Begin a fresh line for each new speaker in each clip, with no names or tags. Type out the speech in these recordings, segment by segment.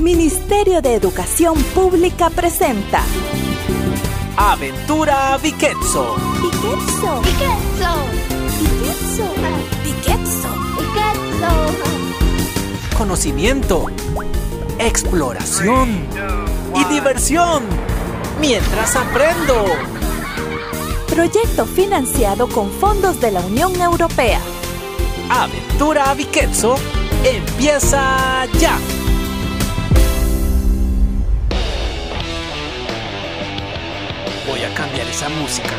Ministerio de Educación Pública presenta
Aventura Viquetso.
Viquetso. Viquetso. Viquetso.
Conocimiento, exploración y diversión. Mientras aprendo.
Proyecto financiado con fondos de la Unión Europea.
Aventura Viquetso empieza ya. Voy a cambiar esa música.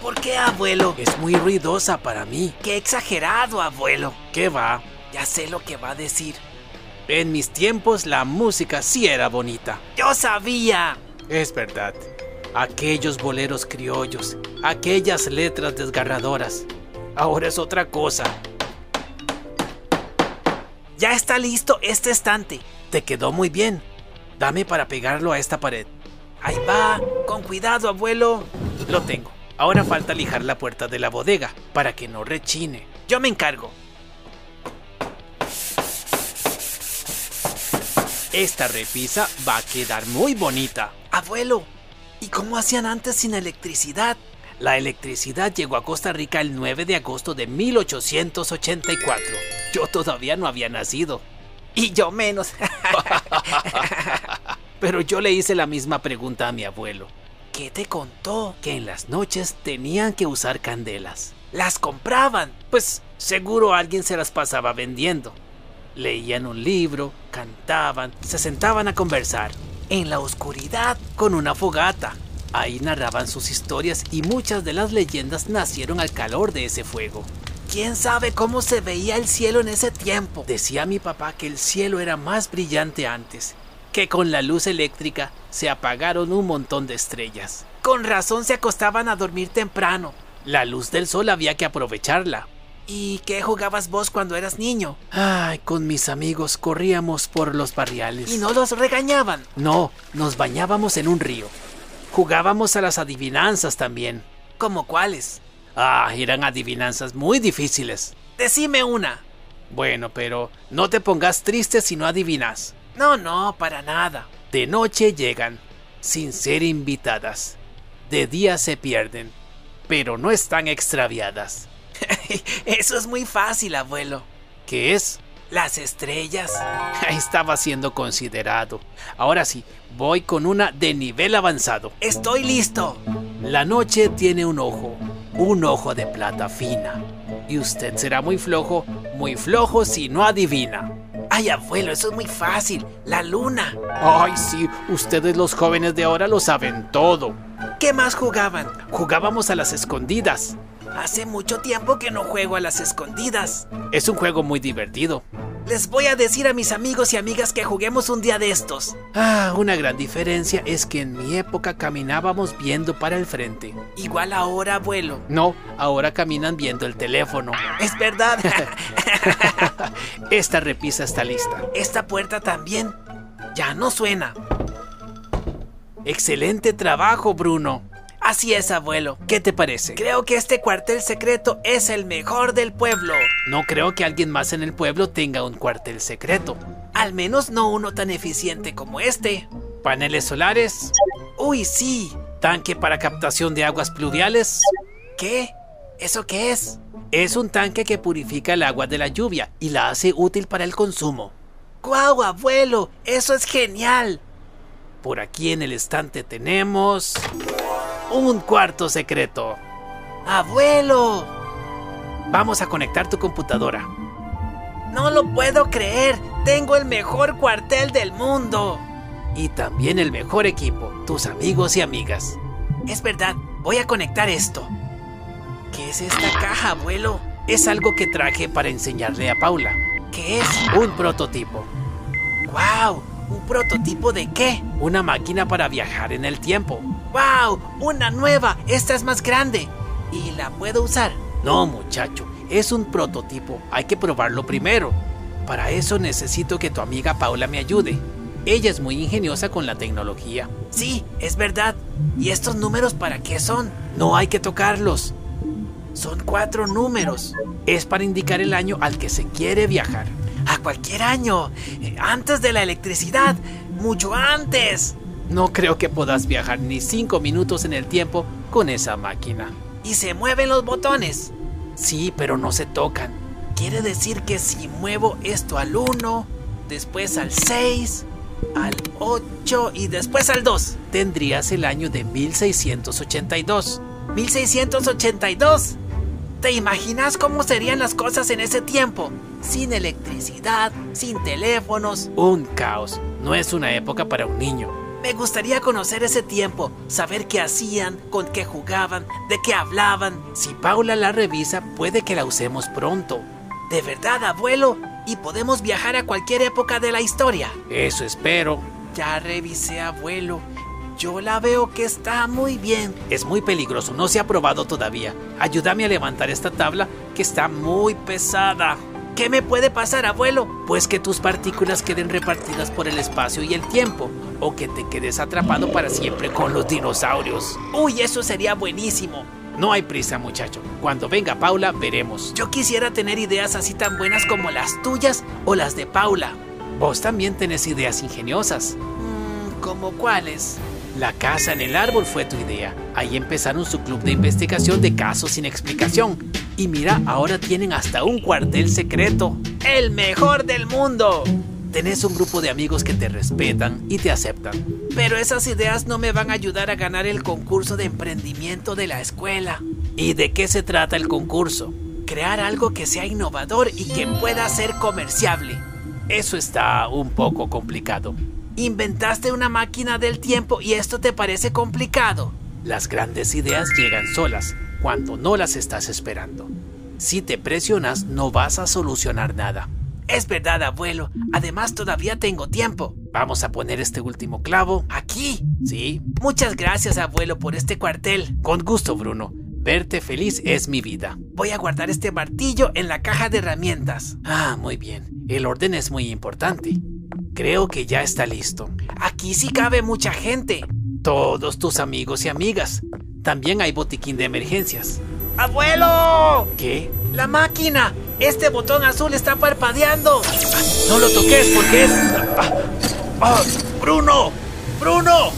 ¿Por qué, abuelo? Es muy ruidosa para mí. ¡Qué exagerado, abuelo! ¿Qué va? Ya sé lo que va a decir. En mis tiempos la música sí era bonita. ¡Yo sabía! Es verdad. Aquellos boleros criollos, aquellas letras desgarradoras. Ahora es otra cosa. Ya está listo este estante. Te quedó muy bien. Dame para pegarlo a esta pared. Ahí va. Con cuidado, abuelo. Lo tengo. Ahora falta lijar la puerta de la bodega para que no rechine. Yo me encargo. Esta repisa va a quedar muy bonita. Abuelo, ¿y cómo hacían antes sin electricidad? La electricidad llegó a Costa Rica el 9 de agosto de 1884. Yo todavía no había nacido. Y yo menos. Pero yo le hice la misma pregunta a mi abuelo. ¿Qué te contó? Que en las noches tenían que usar candelas. Las compraban. Pues seguro alguien se las pasaba vendiendo. Leían un libro, cantaban, se sentaban a conversar. En la oscuridad, con una fogata. Ahí narraban sus historias y muchas de las leyendas nacieron al calor de ese fuego. ¿Quién sabe cómo se veía el cielo en ese tiempo? Decía mi papá que el cielo era más brillante antes, que con la luz eléctrica se apagaron un montón de estrellas. Con razón se acostaban a dormir temprano. La luz del sol había que aprovecharla. ¿Y qué jugabas vos cuando eras niño? Ay, con mis amigos corríamos por los barriales. ¿Y no los regañaban? No, nos bañábamos en un río. Jugábamos a las adivinanzas también. ¿Como cuáles? Ah, eran adivinanzas muy difíciles. Decime una. Bueno, pero no te pongas triste si no adivinas. No, no, para nada. De noche llegan, sin ser invitadas. De día se pierden, pero no están extraviadas. Eso es muy fácil, abuelo. ¿Qué es? Las estrellas. Estaba siendo considerado. Ahora sí, voy con una de nivel avanzado. Estoy listo. La noche tiene un ojo, un ojo de plata fina. Y usted será muy flojo, muy flojo si no adivina. Ay, abuelo, eso es muy fácil. La luna. Ay, sí, ustedes los jóvenes de ahora lo saben todo. ¿Qué más jugaban? Jugábamos a las escondidas. Hace mucho tiempo que no juego a las escondidas. Es un juego muy divertido. Les voy a decir a mis amigos y amigas que juguemos un día de estos. Ah, una gran diferencia es que en mi época caminábamos viendo para el frente. Igual ahora, abuelo. No, ahora caminan viendo el teléfono. Es verdad. Esta repisa está lista. Esta puerta también. Ya no suena. Excelente trabajo, Bruno. Así es, abuelo. ¿Qué te parece? Creo que este cuartel secreto es el mejor del pueblo. No creo que alguien más en el pueblo tenga un cuartel secreto. Al menos no uno tan eficiente como este. ¿Paneles solares? Uy, sí. ¿Tanque para captación de aguas pluviales? ¿Qué? ¿Eso qué es? Es un tanque que purifica el agua de la lluvia y la hace útil para el consumo. ¡Guau, abuelo! ¡Eso es genial! Por aquí en el estante tenemos un cuarto secreto. ¡Abuelo! Vamos a conectar tu computadora. No lo puedo creer. Tengo el mejor cuartel del mundo. Y también el mejor equipo, tus amigos y amigas. Es verdad, voy a conectar esto. ¿Qué es esta caja, abuelo? Es algo que traje para enseñarle a Paula. ¿Qué es? Un prototipo. ¡Wow! ¿Un prototipo de qué? Una máquina para viajar en el tiempo. ¡Wow! ¡Una nueva! Esta es más grande. ¿Y la puedo usar? No, muchacho. Es un prototipo. Hay que probarlo primero. Para eso necesito que tu amiga Paula me ayude. Ella es muy ingeniosa con la tecnología. Sí, es verdad. ¿Y estos números para qué son? No hay que tocarlos. Son cuatro números. Es para indicar el año al que se quiere viajar. a cualquier año, eh, antes de la electricidad, mucho antes. No creo que puedas viajar ni cinco minutos en el tiempo con esa máquina. Y se mueven los botones. Sí, pero no se tocan. Quiere decir que si muevo esto al 1, después al 6, al 8 y después al 2, tendrías el año de 1682. 1682. ¿Te imaginas cómo serían las cosas en ese tiempo? Sin electricidad, sin teléfonos, un caos. No es una época para un niño. Me gustaría conocer ese tiempo, saber qué hacían, con qué jugaban, de qué hablaban. Si Paula la revisa, puede que la usemos pronto. De verdad, abuelo, y podemos viajar a cualquier época de la historia. Eso espero. Ya revisé, abuelo. Yo la veo que está muy bien. Es muy peligroso, no se ha probado todavía. Ayúdame a levantar esta tabla que está muy pesada. ¿Qué me puede pasar, abuelo? Pues que tus partículas queden repartidas por el espacio y el tiempo, o que te quedes atrapado para siempre con los dinosaurios. Uy, eso sería buenísimo. No hay prisa, muchacho. Cuando venga Paula, veremos. Yo quisiera tener ideas así tan buenas como las tuyas o las de Paula. Vos también tenés ideas ingeniosas. ¿Como cuáles? La casa en el árbol fue tu idea. Ahí empezaron su club de investigación de casos sin explicación. Y mira, ahora tienen hasta un cuartel secreto. ¡El mejor del mundo! Tenés un grupo de amigos que te respetan y te aceptan. Pero esas ideas no me van a ayudar a ganar el concurso de emprendimiento de la escuela. ¿Y de qué se trata el concurso? Crear algo que sea innovador y que pueda ser comerciable. Eso está un poco complicado. Inventaste una máquina del tiempo y esto te parece complicado. Las grandes ideas llegan solas cuando no las estás esperando. Si te presionas no vas a solucionar nada. Es verdad, abuelo. Además, todavía tengo tiempo. Vamos a poner este último clavo aquí. Sí. Muchas gracias, abuelo, por este cuartel. Con gusto, Bruno. Verte feliz es mi vida. Voy a guardar este martillo en la caja de herramientas. Ah, muy bien. El orden es muy importante. Creo que ya está listo. Aquí sí cabe mucha gente. Todos tus amigos y amigas. También hay botiquín de emergencias. ¡Abuelo! ¿Qué? ¡La máquina! Este botón azul está parpadeando. No lo toques porque es... Ah, ah, ¡Bruno! ¡Bruno!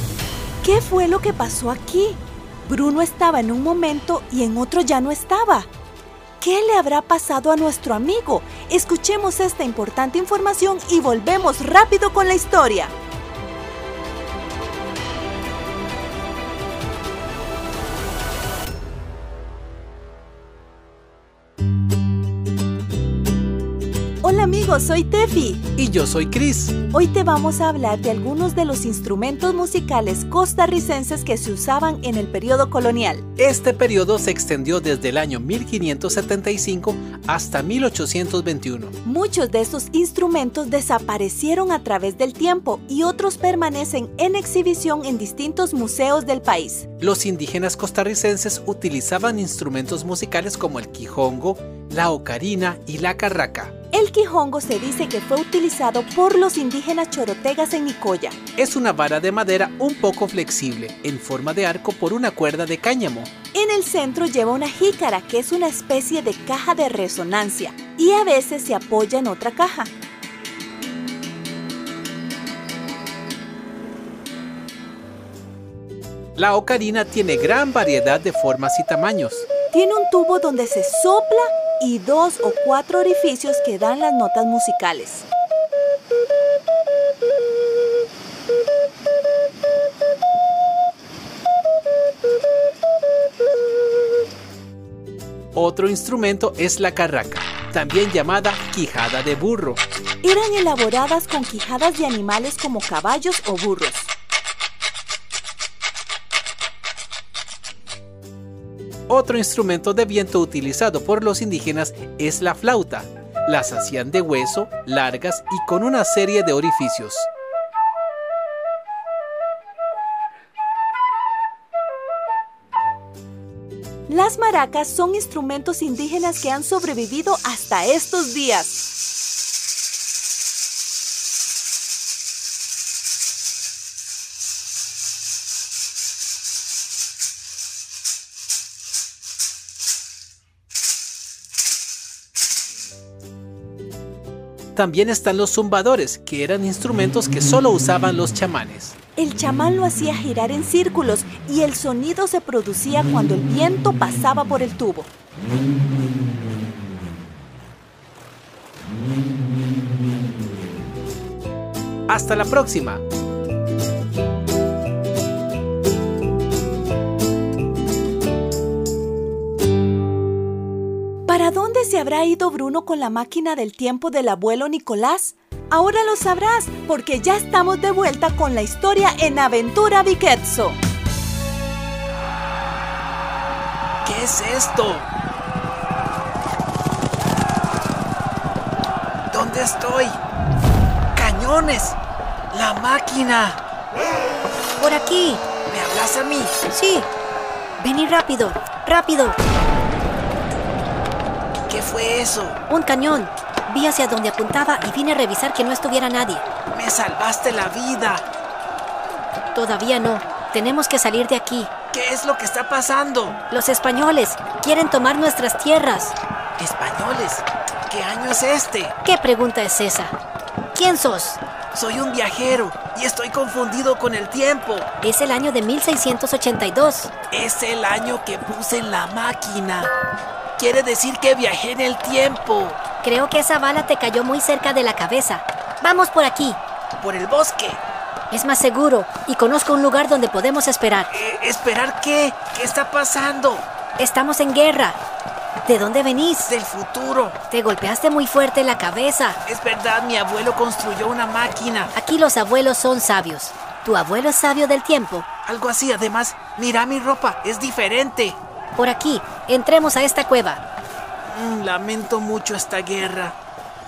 ¿Qué fue lo que pasó aquí? Bruno estaba en un momento y en otro ya no estaba. ¿Qué le habrá pasado a nuestro amigo? Escuchemos esta importante información y volvemos rápido con la historia. Hola amigos, soy Tefi.
Y yo soy Chris.
Hoy te vamos a hablar de algunos de los instrumentos musicales costarricenses que se usaban en el periodo colonial.
Este periodo se extendió desde el año 1575 hasta 1821.
Muchos de estos instrumentos desaparecieron a través del tiempo y otros permanecen en exhibición en distintos museos del país.
Los indígenas costarricenses utilizaban instrumentos musicales como el quijongo, la ocarina y la carraca.
El quijongo se dice que fue utilizado por los indígenas chorotegas en Nicoya.
Es una vara de madera un poco flexible, en forma de arco por una cuerda de cáñamo.
En el centro lleva una jícara, que es una especie de caja de resonancia, y a veces se apoya en otra caja.
La ocarina tiene gran variedad de formas y tamaños.
Tiene un tubo donde se sopla y dos o cuatro orificios que dan las notas musicales.
Otro instrumento es la carraca, también llamada quijada de burro.
Eran elaboradas con quijadas de animales como caballos o burros.
Otro instrumento de viento utilizado por los indígenas es la flauta. Las hacían de hueso, largas y con una serie de orificios.
Las maracas son instrumentos indígenas que han sobrevivido hasta estos días.
También están los zumbadores, que eran instrumentos que solo usaban los chamanes.
El chamán lo hacía girar en círculos y el sonido se producía cuando el viento pasaba por el tubo.
Hasta la próxima.
¿Para dónde se habrá ido Bruno con la máquina del tiempo del abuelo Nicolás? Ahora lo sabrás, porque ya estamos de vuelta con la historia en Aventura Viquetzo.
¿Qué es esto? ¿Dónde estoy? ¡Cañones! ¡La máquina!
Por aquí.
¿Me hablas a mí?
Sí. Vení rápido, rápido.
¿Qué fue eso?
Un cañón. Vi hacia donde apuntaba y vine a revisar que no estuviera nadie.
¡Me salvaste la vida!
Todavía no. Tenemos que salir de aquí.
¿Qué es lo que está pasando?
Los españoles quieren tomar nuestras tierras.
Españoles, ¿qué año es este?
¿Qué pregunta es esa? ¿Quién sos?
Soy un viajero y estoy confundido con el tiempo.
Es el año de 1682.
Es el año que puse en la máquina. Quiere decir que viajé en el tiempo.
Creo que esa bala te cayó muy cerca de la cabeza. Vamos por aquí.
Por el bosque.
Es más seguro y conozco un lugar donde podemos esperar.
Eh, ¿Esperar qué? ¿Qué está pasando?
Estamos en guerra. ¿De dónde venís?
Del futuro.
Te golpeaste muy fuerte la cabeza.
Es verdad, mi abuelo construyó una máquina.
Aquí los abuelos son sabios. Tu abuelo es sabio del tiempo.
Algo así, además, mira mi ropa, es diferente.
Por aquí, entremos a esta cueva.
Mm, lamento mucho esta guerra.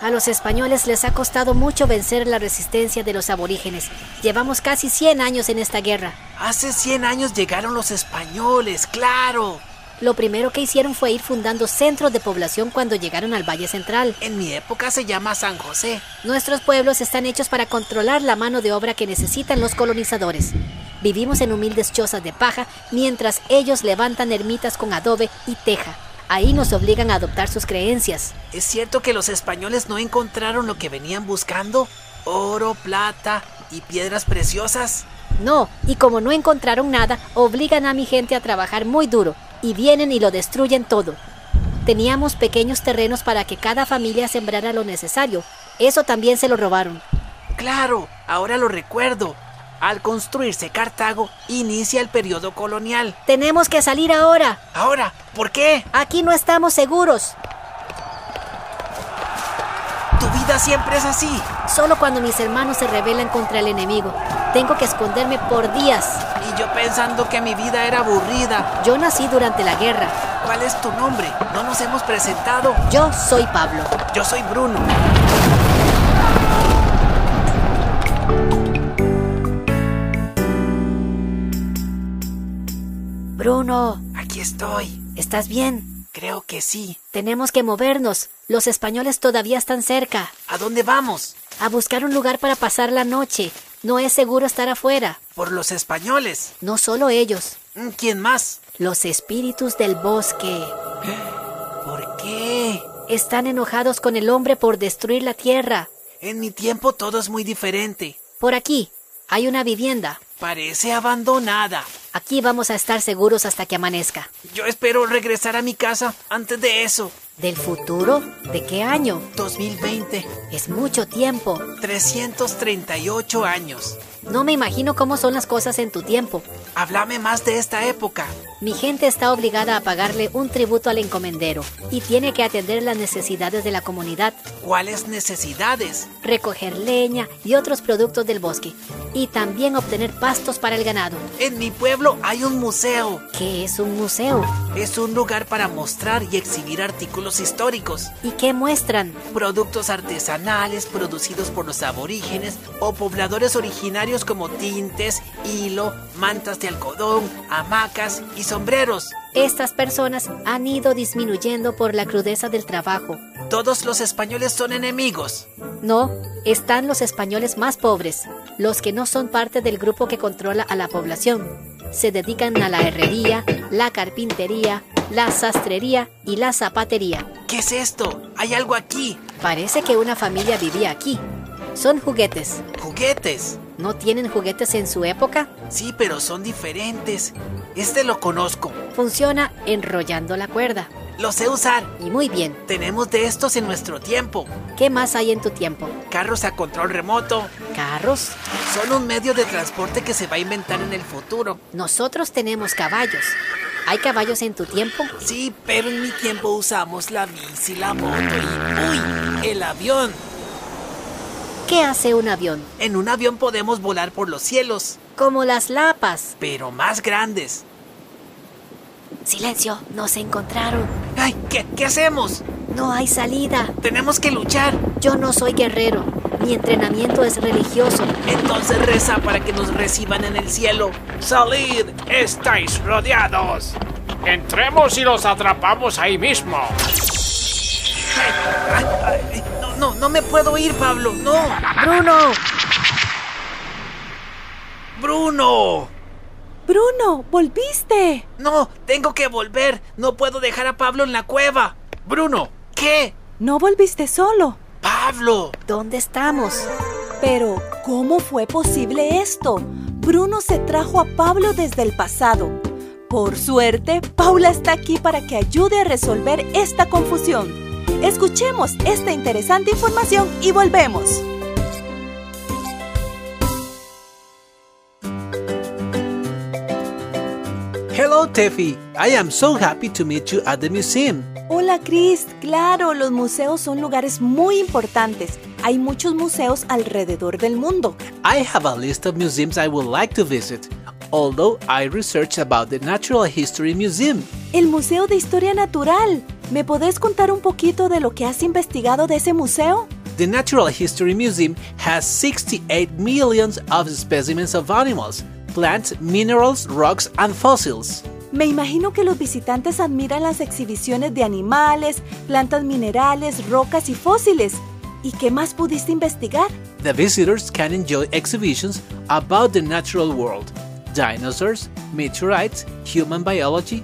A los españoles les ha costado mucho vencer la resistencia de los aborígenes. Llevamos casi 100 años en esta guerra.
Hace 100 años llegaron los españoles, claro.
Lo primero que hicieron fue ir fundando centros de población cuando llegaron al Valle Central.
En mi época se llama San José.
Nuestros pueblos están hechos para controlar la mano de obra que necesitan los colonizadores. Vivimos en humildes chozas de paja mientras ellos levantan ermitas con adobe y teja. Ahí nos obligan a adoptar sus creencias.
¿Es cierto que los españoles no encontraron lo que venían buscando? Oro, plata y piedras preciosas.
No, y como no encontraron nada, obligan a mi gente a trabajar muy duro, y vienen y lo destruyen todo. Teníamos pequeños terrenos para que cada familia sembrara lo necesario. Eso también se lo robaron.
Claro, ahora lo recuerdo. Al construirse Cartago, inicia el periodo colonial.
Tenemos que salir ahora.
Ahora, ¿por qué?
Aquí no estamos seguros.
Tu vida siempre es así.
Solo cuando mis hermanos se rebelan contra el enemigo. Tengo que esconderme por días.
Y yo pensando que mi vida era aburrida.
Yo nací durante la guerra.
¿Cuál es tu nombre? No nos hemos presentado.
Yo soy Pablo.
Yo soy Bruno.
Bruno,
Aquí estoy.
¿estás bien?
Creo que sí.
Tenemos que movernos. Los españoles todavía están cerca.
¿A dónde vamos?
A buscar un lugar para pasar la noche. No es seguro estar afuera.
Por los españoles.
No solo ellos.
Mm, ¿Quién más?
Los espíritus del bosque
¿Por qué?
están enojados con el hombre por destruir la tierra.
En mi tiempo todo es muy diferente.
Por aquí hay una vivienda.
Parece abandonada.
Aquí vamos a estar seguros hasta que amanezca.
Yo espero regresar a mi casa antes de eso.
¿Del futuro? ¿De qué año?
2020.
Es mucho tiempo.
338 años.
No me imagino cómo son las cosas en tu tiempo.
Háblame más de esta época.
Mi gente está obligada a pagarle un tributo al encomendero y tiene que atender las necesidades de la comunidad,
¿Cuáles necesidades?
recoger leña y otros productos del bosque, y también obtener pastos para el ganado,
En mi pueblo hay un museo.
que es un museo.
Es un lugar para mostrar y exhibir artículos históricos,
¿Y qué muestran?
productos artesanales producidos por los aborígenes o pobladores originarios como tintes, hilo, mantas de algodón, hamacas y sombreros.
Estas personas han ido disminuyendo por la crudeza del trabajo.
Todos los españoles son enemigos.
No, están los españoles más pobres, los que no son parte del grupo que controla a la población. Se dedican a la herrería, la carpintería, la sastrería y la zapatería.
¿Qué es esto? Hay algo aquí.
Parece que una familia vivía aquí. Son juguetes.
Juguetes.
¿No tienen juguetes en su época?
Sí, pero son diferentes. Este lo conozco.
Funciona enrollando la cuerda.
Lo sé usar.
Y muy bien.
Tenemos de estos en nuestro tiempo.
¿Qué más hay en tu tiempo?
Carros a control remoto.
¿Carros?
Son un medio de transporte que se va a inventar en el futuro.
Nosotros tenemos caballos. ¿Hay caballos en tu tiempo?
Sí, pero en mi tiempo usamos la bici, la moto y... ¡Uy! El avión.
¿Qué hace un avión?
En un avión podemos volar por los cielos,
Como las lapas.
pero más grandes.
Silencio, nos encontraron.
¡Ay! ¿Qué, qué hacemos?
No hay salida.
Tenemos que luchar.
Yo no soy guerrero. Mi entrenamiento es religioso.
Entonces reza para que nos reciban en el cielo. ¡Salid! ¡Estáis rodeados!
Entremos y los atrapamos ahí mismo.
Ay, ay, ay, no, no, no me puedo ir, Pablo. No.
¡Bruno!
Bruno.
Bruno, volviste.
No, tengo que volver. No puedo dejar a Pablo en la cueva. Bruno. ¿Qué?
No volviste solo.
Pablo.
¿Dónde estamos?
Pero, ¿cómo fue posible esto? Bruno se trajo a Pablo desde el pasado. Por suerte, Paula está aquí para que ayude a resolver esta confusión. Escuchemos esta interesante información y volvemos.
Hello, Teffy. I am so happy to meet you at the museum.
Hola Chris, claro, los museos son lugares muy importantes. Hay muchos museos alrededor del mundo.
I have a list of museums I would like to visit, although I researched about the Natural History Museum.
El Museo de Historia Natural. ¿Me podés contar un poquito de lo que has investigado de ese museo?
The Natural History Museum has 68 millions of specimens of animals, plants, minerals, rocks, and fossils.
Me imagino que los visitantes admiran las exhibiciones de animales, plantas minerales, rocas y fósiles. ¿Y qué más pudiste investigar?
The visitors can enjoy exhibitions about the natural world dinosaurs, meteorites, human biology.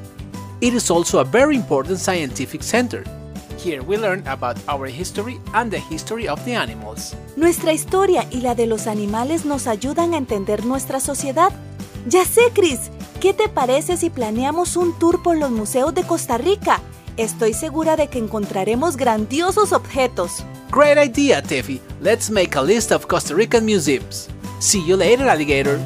It is also a very important scientific center. Here we learn about our history and the history of the animals.
Nuestra historia y la de los animales nos ayudan a entender nuestra sociedad. Ya sé, Chris, ¿qué te parece si planeamos un tour por los museos de Costa Rica? Estoy segura de que encontraremos grandiosos objetos.
Great idea, Teffy. Let's make a list of Costa Rican museums. See you later, alligator.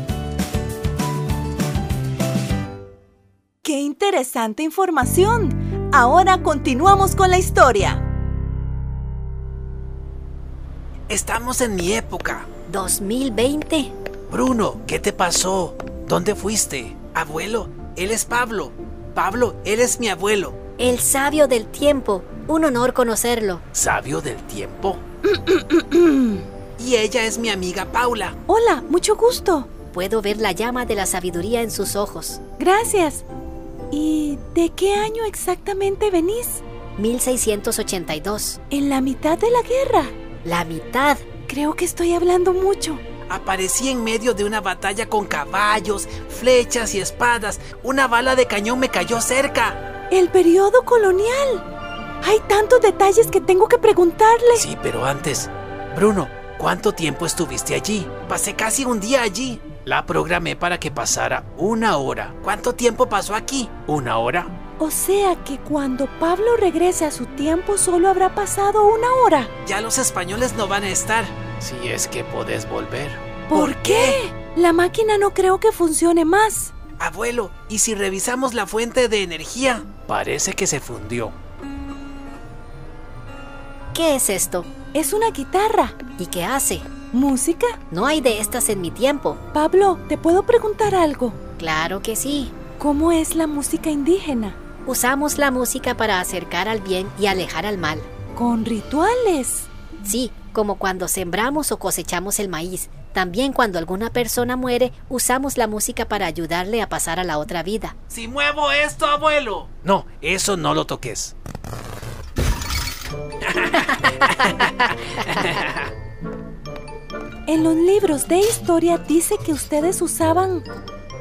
¡Qué interesante información! Ahora continuamos con la historia.
Estamos en mi época.
¿2020?
Bruno, ¿qué te pasó? ¿Dónde fuiste? Abuelo, él es Pablo. Pablo, él es mi abuelo.
El sabio del tiempo. Un honor conocerlo.
Sabio del tiempo. y ella es mi amiga Paula.
Hola, mucho gusto.
Puedo ver la llama de la sabiduría en sus ojos.
Gracias. ¿Y de qué año exactamente venís?
1682.
En la mitad de la guerra.
La mitad.
Creo que estoy hablando mucho.
Aparecí en medio de una batalla con caballos, flechas y espadas. Una bala de cañón me cayó cerca.
El periodo colonial. Hay tantos detalles que tengo que preguntarle.
Sí, pero antes. Bruno, ¿cuánto tiempo estuviste allí? Pasé casi un día allí. La programé para que pasara una hora. ¿Cuánto tiempo pasó aquí? ¿Una hora?
O sea que cuando Pablo regrese a su tiempo solo habrá pasado una hora.
Ya los españoles no van a estar. Si es que podés volver.
¿Por qué? La máquina no creo que funcione más.
Abuelo, ¿y si revisamos la fuente de energía? Parece que se fundió.
¿Qué es esto?
Es una guitarra.
¿Y qué hace?
¿Música?
No hay de estas en mi tiempo.
Pablo, ¿te puedo preguntar algo?
Claro que sí.
¿Cómo es la música indígena?
Usamos la música para acercar al bien y alejar al mal.
Con rituales.
Sí, como cuando sembramos o cosechamos el maíz. También cuando alguna persona muere, usamos la música para ayudarle a pasar a la otra vida.
Si muevo esto, abuelo. No, eso no lo toques.
En los libros de historia dice que ustedes usaban...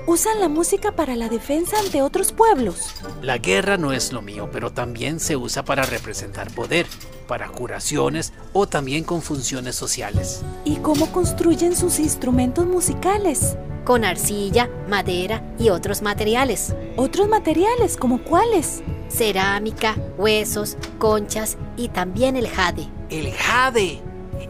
Usan la música para la defensa ante otros pueblos.
La guerra no es lo mío, pero también se usa para representar poder.
para curaciones o también con funciones sociales.
¿Y cómo construyen sus instrumentos musicales?
con arcilla, madera y otros materiales,
¿Otros materiales como cuáles?
cerámica, huesos, conchas y también el jade.
¡El jade!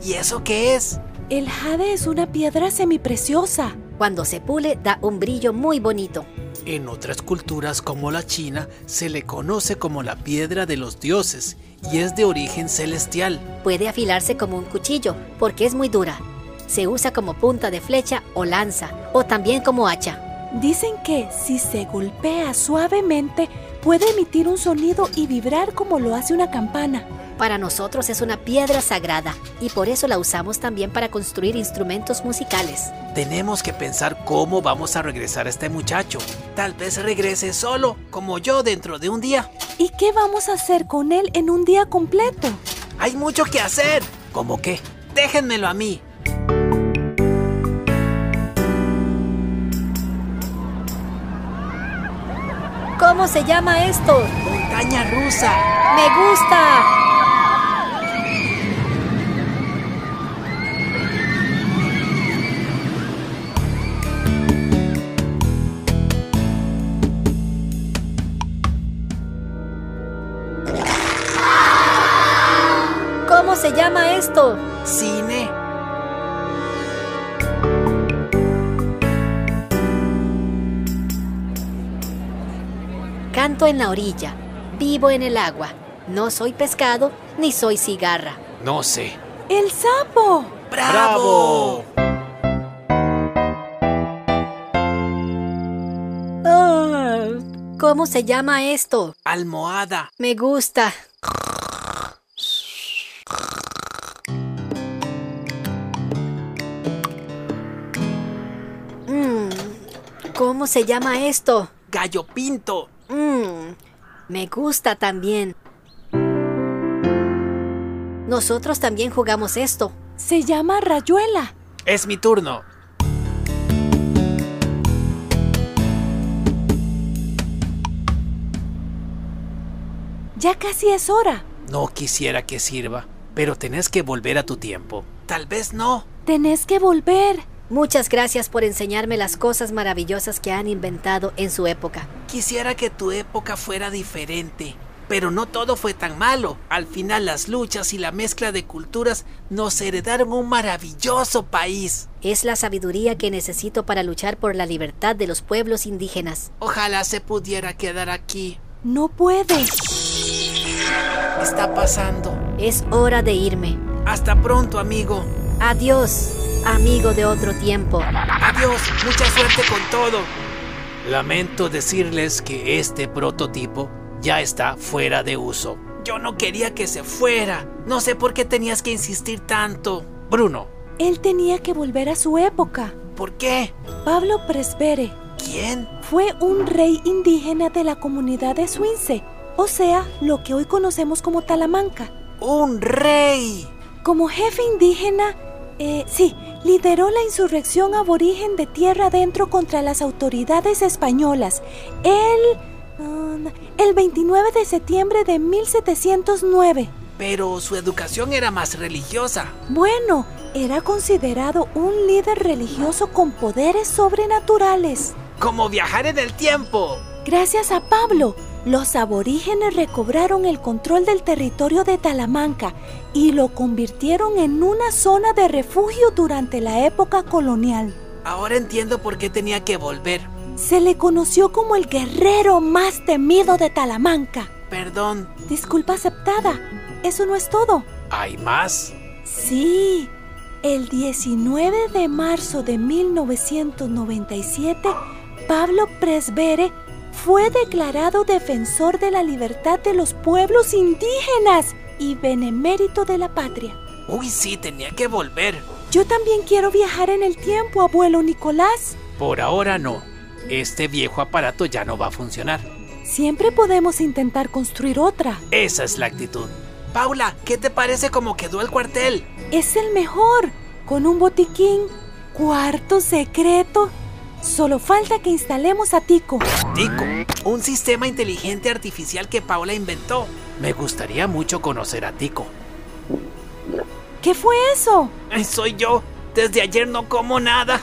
¿Y eso qué es?
El jade es una piedra semipreciosa.
Cuando se pule da un brillo muy bonito.
En otras culturas como la China se le conoce como la piedra de los dioses y es de origen celestial.
Puede afilarse como un cuchillo porque es muy dura. Se usa como punta de flecha o lanza o también como hacha.
Dicen que si se golpea suavemente puede emitir un sonido y vibrar como lo hace una campana.
Para nosotros es una piedra sagrada y por eso la usamos también para construir instrumentos musicales.
Tenemos que pensar cómo vamos a regresar a este muchacho. Tal vez regrese solo, como yo, dentro de un día.
¿Y qué vamos a hacer con él en un día completo?
Hay mucho que hacer. ¿Cómo qué? Déjenmelo a mí.
¿Cómo se llama esto?
Montaña rusa.
¡Me gusta! ¿Cómo se llama esto?
Cine.
Canto en la orilla, vivo en el agua, no soy pescado ni soy cigarra.
No sé.
¡El sapo!
¡Bravo!
Ah, ¿Cómo se llama esto?
Almohada.
Me gusta. Mm, ¿Cómo se llama esto?
Gallo pinto.
Mm, Me gusta también. Nosotros también jugamos esto.
Se llama rayuela.
Es mi turno.
Ya casi es hora.
No quisiera que sirva, pero tenés que volver a tu tiempo. Tal vez no.
Tenés que volver.
Muchas gracias por enseñarme las cosas maravillosas que han inventado en su época.
Quisiera que tu época fuera diferente. Pero no todo fue tan malo. Al final las luchas y la mezcla de culturas nos heredaron un maravilloso país.
Es la sabiduría que necesito para luchar por la libertad de los pueblos indígenas.
Ojalá se pudiera quedar aquí.
No puede.
Está pasando.
Es hora de irme.
Hasta pronto, amigo.
Adiós, amigo de otro tiempo.
Adiós, mucha suerte con todo. Lamento decirles que este prototipo ya está fuera de uso. Yo no quería que se fuera. No sé por qué tenías que insistir tanto. Bruno,
Él tenía que volver a su época.
¿por qué?
Pablo Presbere
¿Quién?
fue un rey indígena de la comunidad de Suince, o sea, lo que hoy conocemos como Talamanca.
¡Un rey!
Como jefe indígena, eh, sí, lideró la insurrección aborigen de tierra adentro contra las autoridades españolas. Él... um, el 29 de septiembre de 1709.
Pero su educación era más religiosa.
Bueno, era considerado un líder religioso con poderes sobrenaturales.
Como viajar en el tiempo.
Gracias a Pablo, los aborígenes recobraron el control del territorio de Talamanca y lo convirtieron en una zona de refugio durante la época colonial.
Ahora entiendo por qué tenía que volver.
Se le conoció como el guerrero más temido de Talamanca.
Perdón.
Disculpa aceptada. Eso no es todo.
¿Hay más?
Sí, el 19 de marzo de 1997, Pablo Presbere fue declarado defensor de la libertad de los pueblos indígenas y benemérito de la patria.
Uy, sí, tenía que volver.
Yo también quiero viajar en el tiempo, abuelo Nicolás.
Por ahora no. Este viejo aparato ya no va a funcionar.
Siempre podemos intentar construir otra.
Esa es la actitud. Paula, ¿qué te parece como quedó el cuartel?
Es el mejor, con un botiquín, cuarto secreto. Solo falta que instalemos a Tico.
Tico, un sistema inteligente artificial que Paula inventó. Me gustaría mucho conocer a Tico.
¿Qué fue eso?
Ay, Soy yo. Desde ayer no como nada.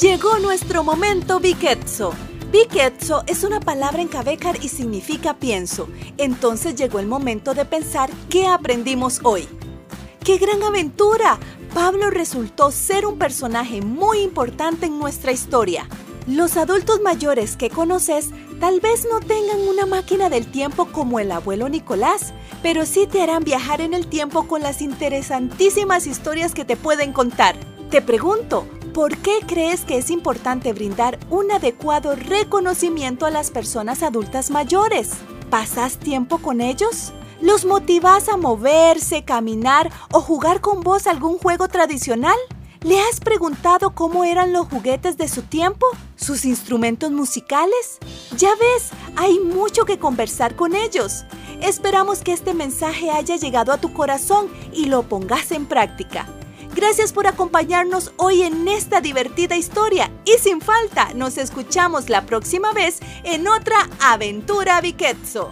Llegó nuestro momento Biketso. Biketso es una palabra en Kabekar y significa pienso. Entonces llegó el momento de pensar qué aprendimos hoy. ¡Qué gran aventura! Pablo resultó ser un personaje muy importante en nuestra historia. Los adultos mayores que conoces tal vez no tengan una máquina del tiempo como el abuelo Nicolás, pero sí te harán viajar en el tiempo con las interesantísimas historias que te pueden contar. Te pregunto, ¿por qué crees que es importante brindar un adecuado reconocimiento a las personas adultas mayores? ¿Pasas tiempo con ellos? ¿Los motivas a moverse, caminar o jugar con vos algún juego tradicional? ¿Le has preguntado cómo eran los juguetes de su tiempo? ¿Sus instrumentos musicales? Ya ves, hay mucho que conversar con ellos. Esperamos que este mensaje haya llegado a tu corazón y lo pongas en práctica. Gracias por acompañarnos hoy en esta divertida historia y sin falta nos escuchamos la próxima vez en otra aventura Viquetzo.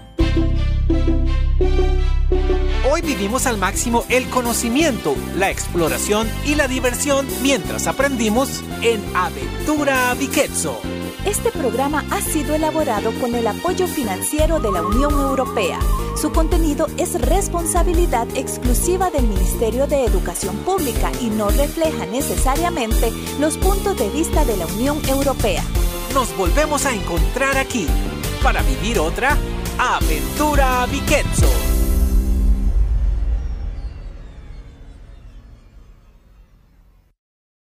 Hoy vivimos al máximo el conocimiento, la exploración y la diversión mientras aprendimos en Aventura Viquetso.
Este programa ha sido elaborado con el apoyo financiero de la Unión Europea. Su contenido es responsabilidad exclusiva del Ministerio de Educación Pública y no refleja necesariamente los puntos de vista de la Unión Europea.
Nos volvemos a encontrar aquí para vivir otra Aventura Viquetso.